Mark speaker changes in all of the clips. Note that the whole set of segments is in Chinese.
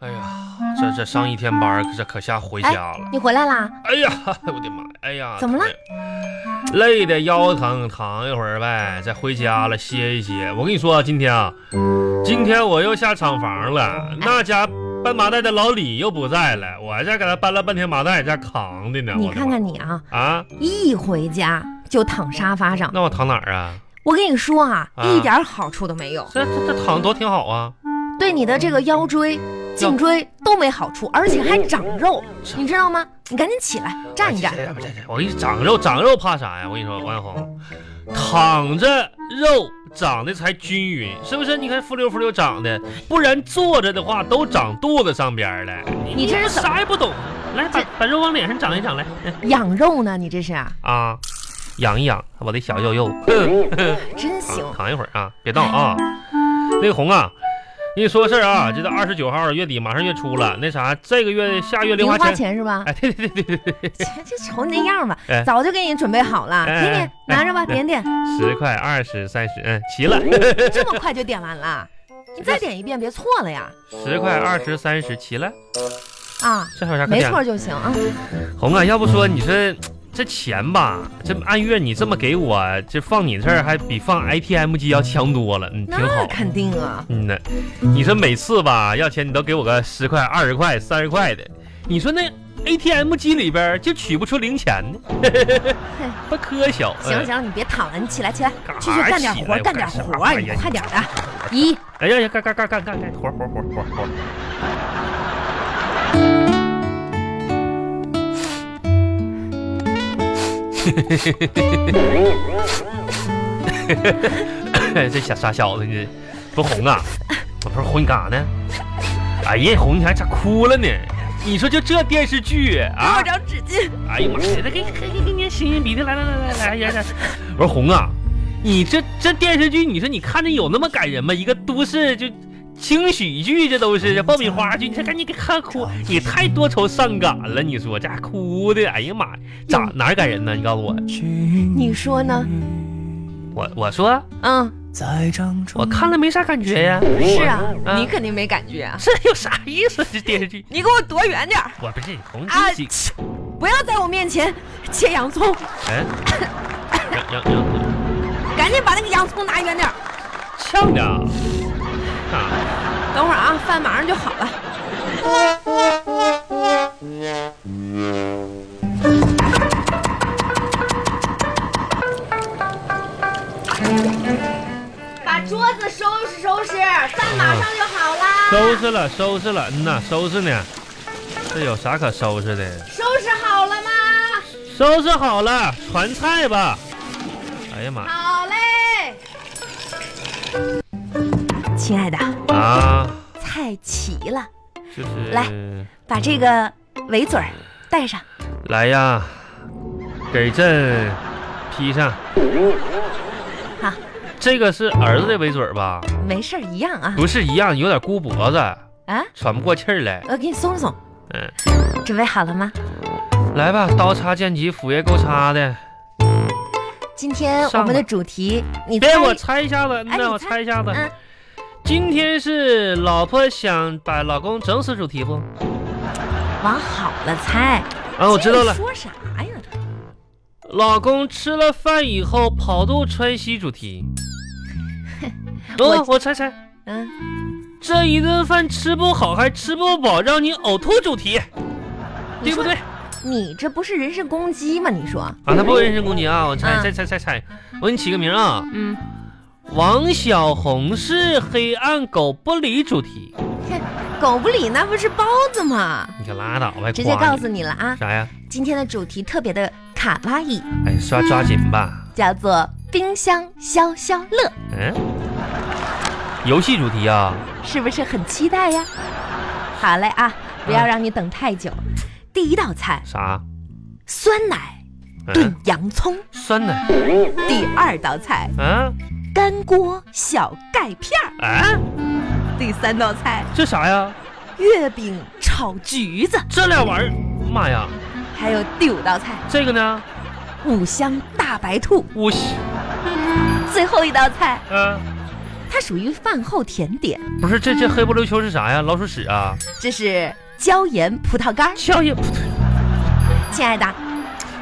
Speaker 1: 哎
Speaker 2: 啊
Speaker 1: 这上一天班儿，这可下回家了。
Speaker 2: 你回来啦？
Speaker 1: 哎呀， 我的妈！哎呀，
Speaker 2: 怎么了
Speaker 1: 疼？累的腰疼，躺一会儿呗，再回家了歇一歇。我跟你说啊，今天啊，今天我又下厂房了，那家搬麻袋的老李又不在了，我还在给他搬了半天麻袋，在扛的呢。
Speaker 2: 你
Speaker 1: 我的
Speaker 2: 看
Speaker 1: 妈
Speaker 2: 看你啊，
Speaker 1: 啊，
Speaker 2: 一回家就躺沙发上。
Speaker 1: 那我躺哪儿啊？
Speaker 2: 我跟你说啊，
Speaker 1: 啊
Speaker 2: 一点好处都没有，
Speaker 1: 这这这躺多挺好啊！
Speaker 2: 对你的这个腰椎、
Speaker 1: 哦
Speaker 2: 颈椎都没好处，而且还长肉，你知道吗？你赶紧起来站一站
Speaker 1: 哎。这这这这我跟你长肉，长肉怕啥呀？我跟你说，王小红，躺着肉长得才均匀，是不是？你看浮溜浮溜长的，不然坐着的话都长肚子上边儿了。
Speaker 2: 你这是怎么
Speaker 1: 啥也不懂，来把把肉往脸上长一长来
Speaker 2: 养肉呢？你这是
Speaker 1: 啊，养一养我的小肉肉。
Speaker 2: 真嗯行
Speaker 1: 躺。躺一会儿啊，别闹啊。那个红啊，跟你说个事儿啊，这到二十九号月底马上月初了，那啥，这个月下月零
Speaker 2: 零
Speaker 1: 花
Speaker 2: 花
Speaker 1: 钱，
Speaker 2: 钱是吧？
Speaker 1: 哎，对对对对对，
Speaker 2: 这瞅你那样吧
Speaker 1: 哎，
Speaker 2: 早就给你准备好了，
Speaker 1: 哎
Speaker 2: 给你
Speaker 1: 哎
Speaker 2: 拿着吧，
Speaker 1: 哎
Speaker 2: 点点。
Speaker 1: 十块、二十、三十，嗯，齐了。
Speaker 2: 这么快就点完了？你再点一遍，别错了呀！
Speaker 1: 十块、二十、三十，齐了，
Speaker 2: 啊，
Speaker 1: 这还有啥可
Speaker 2: 没
Speaker 1: 点的？
Speaker 2: 错就行啊。
Speaker 1: 红啊，要不说你说这钱吧，这按月你这么给我，这放你这儿还比放 ATM 机要强多了，嗯，挺
Speaker 2: 那
Speaker 1: 好。
Speaker 2: 肯定啊，
Speaker 1: 嗯呢，你说每次吧要钱你都给我个十块、二十块、三十块的，你说那 ATM 机里边儿就取不出零钱呢， 不科学。
Speaker 2: 行
Speaker 1: 嗯，
Speaker 2: 行，你别躺了，你起来起来，
Speaker 1: 干
Speaker 2: 去去
Speaker 1: 啥
Speaker 2: 干点
Speaker 1: 起
Speaker 2: 活
Speaker 1: 来，
Speaker 2: 干
Speaker 1: 我
Speaker 2: 点
Speaker 1: 干啥
Speaker 2: 活
Speaker 1: 哎
Speaker 2: 啊，
Speaker 1: 呀
Speaker 2: 你
Speaker 1: 你
Speaker 2: 快点的。一，
Speaker 1: 哎呀呀，干干干干干干，活活活活活。这小傻小子，你不是红啊？我不是红，你干啥呢？哎呀，红你还咋哭了呢？你说就这电视剧
Speaker 2: 给
Speaker 1: 啊
Speaker 2: 我！找纸巾。
Speaker 1: 哎呀妈呀，给给给给你擤擤鼻涕，来来来来来，哎呀呀！我说红啊，你这这电视剧，你说你看着有那么感人吗？一个都市就轻喜剧，这都是爆米花剧，你这赶紧给看哭，你太多愁善感了。你说这还哭的，哎呀妈呀，咋哪儿感人呢？你告诉我，
Speaker 2: 你说呢？
Speaker 1: 我我说
Speaker 2: 嗯，
Speaker 3: 在掌中
Speaker 1: 我看了没啥感觉呀，
Speaker 2: 是啊，
Speaker 1: 啊
Speaker 2: 你肯定没感觉啊。
Speaker 1: 这有啥意思？这电视剧，
Speaker 2: 你给我躲远点儿
Speaker 1: 我不是红
Speaker 2: 啊
Speaker 1: 几！
Speaker 2: 不要在我面前切洋葱，
Speaker 1: 哎，杨杨杨。
Speaker 2: 赶紧把那个洋葱拿远点儿。
Speaker 1: 呛的啊。啊
Speaker 2: 等会儿啊，饭马上就好了。
Speaker 4: 把桌子收拾收拾，饭马上就好啦。
Speaker 1: 收拾了，收拾了，嗯呐，收拾呢。这有啥可收拾的？
Speaker 4: 收拾好了吗？
Speaker 1: 收拾好了，传菜吧。哎呀妈
Speaker 4: 好嘞。
Speaker 2: 亲爱的，
Speaker 1: 啊！
Speaker 2: 菜齐了，
Speaker 1: 就是
Speaker 2: 来把这个围嘴儿戴上。
Speaker 1: 来呀，给朕披上。
Speaker 2: 好，
Speaker 1: 这个是儿子的围嘴儿吧？
Speaker 2: 没事儿，一样啊。
Speaker 1: 不是一样，有点箍脖子，
Speaker 2: 啊，呃
Speaker 1: 喘不过气儿来。
Speaker 2: 我给你松松，
Speaker 1: 嗯，
Speaker 2: 准备好了吗？
Speaker 1: 来吧，刀叉剑戟斧钺钩叉的。
Speaker 2: 今天我
Speaker 1: 上吧
Speaker 2: 们的主题，你
Speaker 1: 别，
Speaker 2: 猜
Speaker 1: 我猜一下子，
Speaker 2: 哎
Speaker 1: 那
Speaker 2: 你
Speaker 1: 我
Speaker 2: 猜
Speaker 1: 猜一下子
Speaker 2: 嗯。
Speaker 1: 今天是老婆想把老公整死主题不？
Speaker 2: 往好了猜。
Speaker 1: 啊，我知道了
Speaker 2: 这，说啥呀？
Speaker 1: 老公吃了饭以后跑肚穿西主题。
Speaker 2: 我
Speaker 1: 哦，我猜猜，
Speaker 2: 嗯，
Speaker 1: 这一顿饭吃不好还吃不饱，让你呕吐主题，
Speaker 2: 你
Speaker 1: 对不
Speaker 2: 说
Speaker 1: 对？
Speaker 2: 你这不是人身攻击吗？你说，
Speaker 1: 啊，那不人身攻击啊！我猜
Speaker 2: 嗯
Speaker 1: 猜猜猜猜，我给你起个名啊，
Speaker 2: 嗯，
Speaker 1: 王小红是黑暗狗不理主题。
Speaker 2: 狗不理那不是包子吗？
Speaker 1: 你可拉倒吧，
Speaker 2: 直接
Speaker 1: 夸
Speaker 2: 告诉你了啊！
Speaker 1: 啥呀？
Speaker 2: 今天的主题特别的卡哇伊，
Speaker 1: 哎，抓抓紧吧，
Speaker 2: 叫做冰箱消消乐，
Speaker 1: 嗯，游戏主题啊，
Speaker 2: 是不是很期待呀？好嘞啊，不要让你等太久。
Speaker 1: 嗯
Speaker 2: 第一道菜，
Speaker 1: 啥？
Speaker 2: 酸奶
Speaker 1: 嗯
Speaker 2: 炖，洋葱；
Speaker 1: 酸奶
Speaker 2: 第二道菜，
Speaker 1: 啊
Speaker 2: 干锅小钙片儿；
Speaker 1: 啊，
Speaker 2: 第三道菜，
Speaker 1: 这啥呀？
Speaker 2: 月饼炒橘子；
Speaker 1: 这俩玩意儿，妈呀！
Speaker 2: 还有第五道菜，
Speaker 1: 这个呢，
Speaker 2: 五香大白兔；
Speaker 1: 我喜
Speaker 2: 最后一道菜，
Speaker 1: 呃，
Speaker 2: 它属于饭后甜点，
Speaker 1: 不是这这黑不溜秋是啥呀？老鼠屎啊？
Speaker 2: 这是椒盐葡萄干儿。
Speaker 1: 笑也不对，
Speaker 2: 亲爱的，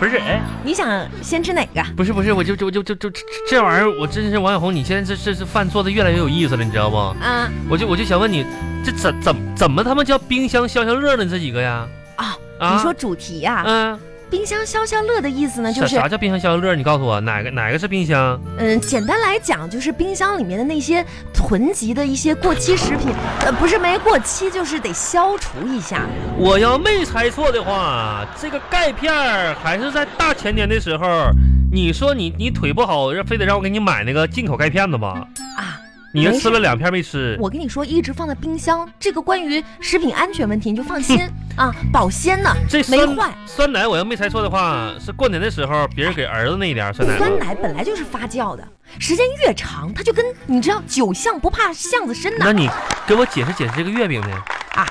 Speaker 1: 不是哎，
Speaker 2: 你想先吃哪个？
Speaker 1: 不是不是，我就就就就就这这玩意儿，我真是王小红，你现在这这这饭做的越来越有意思了，你知道不？
Speaker 2: 啊
Speaker 1: 我就我就想问你，这怎怎怎么他妈叫冰箱消消乐呢？这几个呀？
Speaker 2: 啊，
Speaker 1: 啊
Speaker 2: 你说主题呀、
Speaker 1: 嗯，
Speaker 2: 冰箱消消乐的意思呢，
Speaker 1: 啥
Speaker 2: 就是
Speaker 1: 啥叫冰箱消消乐？你告诉我哪个哪个是冰箱？
Speaker 2: 嗯，简单来讲，就是冰箱里面的那些囤积的一些过期食品，呃，不是没过期，就是得消除一下。
Speaker 1: 我要没猜错的话，这个钙片儿还是在大前年的时候，你说你你腿不好，让非得让我给你买那个进口钙片子吧？
Speaker 2: 啊，
Speaker 1: 你
Speaker 2: 没
Speaker 1: 又
Speaker 2: 事
Speaker 1: 吃了两片没吃，
Speaker 2: 我跟你说，一直放在冰箱，这个关于食品安全问题你就 放心啊，保鲜呢，
Speaker 1: 这
Speaker 2: 没
Speaker 1: 酸
Speaker 2: 坏。
Speaker 1: 酸奶我要没猜错的话，是过年的时候别人给儿子那一点儿酸奶吧。
Speaker 2: 酸奶本来就是发酵的，时间越长，它就跟你知道酒巷不怕巷子深
Speaker 1: 那
Speaker 2: 呐
Speaker 1: 你给我解释解释这个月饼呢？
Speaker 2: 啊。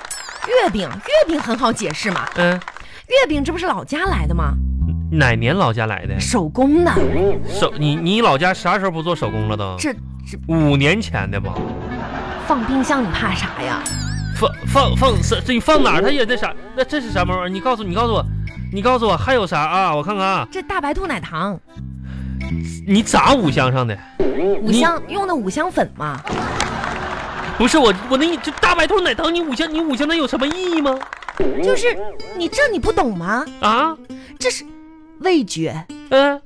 Speaker 2: 月饼，月饼很好解释嘛，
Speaker 1: 嗯，
Speaker 2: 月饼这不是老家来的吗？
Speaker 1: 哪年老家来的？
Speaker 2: 手工的，
Speaker 1: 手你你老家啥时候不做手工了都？
Speaker 2: 这这
Speaker 1: 五年前的吧？
Speaker 2: 放冰箱你怕啥呀？
Speaker 1: 放放放是这你放哪儿它也那啥？那这是什么玩意儿？你告诉你告诉我，你告诉我还有啥啊？我看看啊，
Speaker 2: 这大白兔奶糖，
Speaker 1: 你咋五香上的？
Speaker 2: 五
Speaker 1: 你
Speaker 2: 香用的五香粉嘛，
Speaker 1: 不是我我那这大白兔奶糖你五香你五香那有什么意义吗？
Speaker 2: 就是你这你不懂吗？
Speaker 1: 啊？
Speaker 2: 这是味觉，
Speaker 1: 嗯、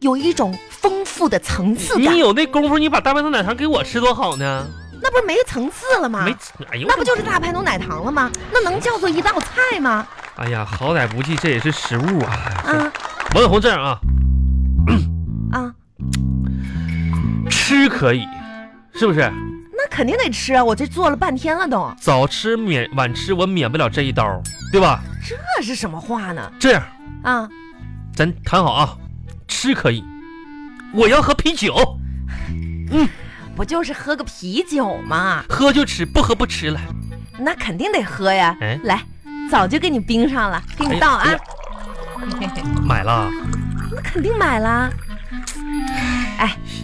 Speaker 2: 有一种丰富的层次感
Speaker 1: 你，有那功夫你把大白兔奶糖给我吃多好呢？
Speaker 2: 那不是没层次了吗
Speaker 1: 没？吃，哎呦我
Speaker 2: 啊那不就是大白兔奶糖了吗？那能叫做一道菜吗？
Speaker 1: 哎呀，好歹不济这也是食物啊。
Speaker 2: 啊
Speaker 1: 王小红这样啊，
Speaker 2: 啊，
Speaker 1: 吃可以，是不是？
Speaker 2: 那肯定得吃啊！我这做了半天了都，
Speaker 1: 早吃免晚吃，我免不了这一刀，对吧？
Speaker 2: 这是什么话呢？
Speaker 1: 这样，
Speaker 2: 啊，
Speaker 1: 咱谈好啊，吃可以，我要喝啤酒，
Speaker 2: 不就是喝个啤酒吗？
Speaker 1: 喝就吃，不喝不吃了。
Speaker 2: 那肯定得喝呀！
Speaker 1: 哎
Speaker 2: 来，早就给你冰上了，给
Speaker 1: 哎
Speaker 2: 你
Speaker 1: 呀
Speaker 2: 倒啊！
Speaker 1: 哎呀 买了啊，
Speaker 2: 那肯定买
Speaker 1: 哎
Speaker 2: 啦。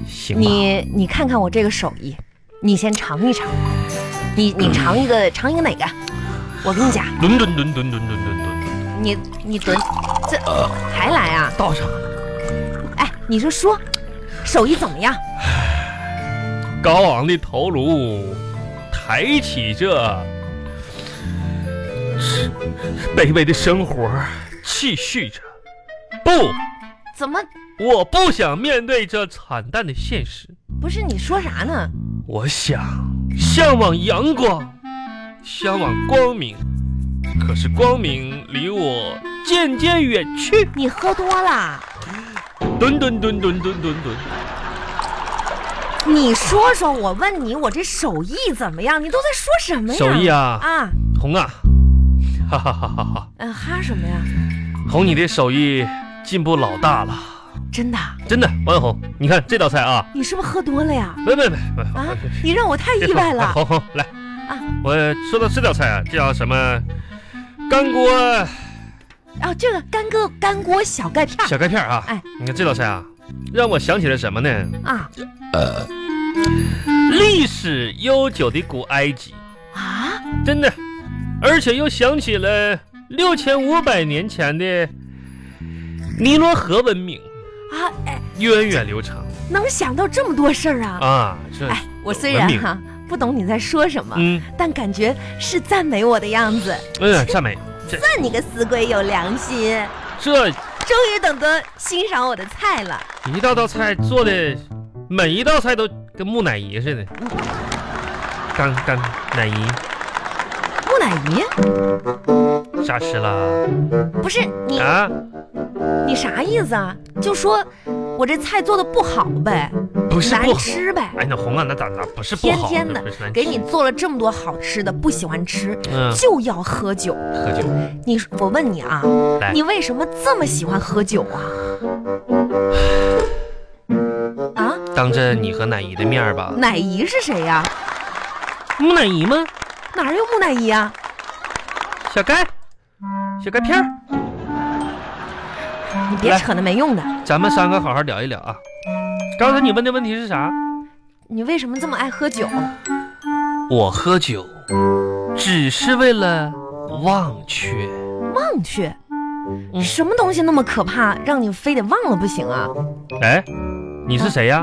Speaker 1: 行吧？
Speaker 2: 你你看看我这个手艺，你先尝一尝，你你尝一个、尝一个哪个？我跟你讲，
Speaker 1: 吨吨吨吨吨吨吨吨，
Speaker 2: 你你蹲，这还来啊？
Speaker 1: 呃倒上
Speaker 2: 哎，你说说，手艺怎么样？
Speaker 1: 高昂的头颅，抬起这卑微的生活，继续着。不，
Speaker 2: 怎么
Speaker 1: 我不想面对这惨淡的现实。
Speaker 2: 不是你说啥呢？
Speaker 1: 我想向往阳光，向往光明，可是光明离我渐渐远去。
Speaker 2: 你喝多了？
Speaker 1: 吨吨吨吨吨吨吨，
Speaker 2: 你说说，我问你，我这手艺怎么样？你都在说什么呀？
Speaker 1: 手艺
Speaker 2: 啊
Speaker 1: 啊，
Speaker 2: 啊，
Speaker 1: 红啊，哈哈哈哈哈！
Speaker 2: 嗯、哈什么呀？
Speaker 1: 红，你的手艺进步老大了，
Speaker 2: 真的，
Speaker 1: 真的，王小红，你看这道菜啊，
Speaker 2: 你是不是喝多了呀？
Speaker 1: 没没没没
Speaker 2: 啊， 你让我太
Speaker 1: 别
Speaker 2: 意
Speaker 1: 说
Speaker 2: 外了。
Speaker 1: 红红来
Speaker 2: 啊，
Speaker 1: 我说到这道菜啊，这叫什么？干锅
Speaker 2: 啊，这个干锅干锅小钙片儿
Speaker 1: 小钙片啊，
Speaker 2: 哎
Speaker 1: 你看这道菜啊，让我想起了什么呢？
Speaker 2: 啊
Speaker 1: 历史悠久的古埃及，
Speaker 2: 啊，
Speaker 1: 真的，而且又想起了六千五百年前的尼罗河文明，
Speaker 2: 啊，哎，
Speaker 1: 源远流长
Speaker 2: 能想到这么多事儿啊！
Speaker 1: 啊！这，
Speaker 2: 哎，我虽
Speaker 1: 文
Speaker 2: 然
Speaker 1: 明
Speaker 2: 哈、不懂你在说什么，
Speaker 1: 嗯
Speaker 2: 但感觉是赞美我的样子。
Speaker 1: 嗯，赞美，
Speaker 2: 那你个死鬼有良心，
Speaker 1: 这
Speaker 2: 终于等到欣赏我的菜了。
Speaker 1: 一道道菜做的，每一道菜都跟木乃伊似的，干干乃伊
Speaker 2: 木乃伊
Speaker 1: 啥吃了
Speaker 2: 不是你，
Speaker 1: 啊？
Speaker 2: 你啥意思啊？就说我这菜做的不好呗，
Speaker 1: 不是
Speaker 2: 难
Speaker 1: 不好，
Speaker 2: 吃呗，
Speaker 1: 哎，那红啊，那咋那不是不
Speaker 2: 天
Speaker 1: 好，
Speaker 2: 天
Speaker 1: 那
Speaker 2: 的
Speaker 1: 不是难
Speaker 2: 给
Speaker 1: 吃
Speaker 2: 你做了这么多好吃的，不喜欢吃
Speaker 1: 嗯
Speaker 2: 就要喝酒。
Speaker 1: 喝酒。
Speaker 2: 你我问你啊
Speaker 1: 来，
Speaker 2: 你为什么这么喜欢喝酒啊？啊，
Speaker 1: 当着你和乃姨的面儿吧，
Speaker 2: 乃姨是谁呀、
Speaker 1: 木乃伊吗？
Speaker 2: 哪儿有木乃伊啊？
Speaker 1: 小盖，小钙片儿，
Speaker 2: 你别
Speaker 1: 来
Speaker 2: 扯那没用的。
Speaker 1: 咱们三个好好聊一聊啊。刚才你问的问题是啥？
Speaker 2: 你为什么这么爱喝酒？
Speaker 1: 我喝酒只是为了忘却。
Speaker 2: 忘却
Speaker 1: 嗯。
Speaker 2: 什么东西那么可怕，让你非得忘了不行啊？
Speaker 1: 哎，你是谁呀、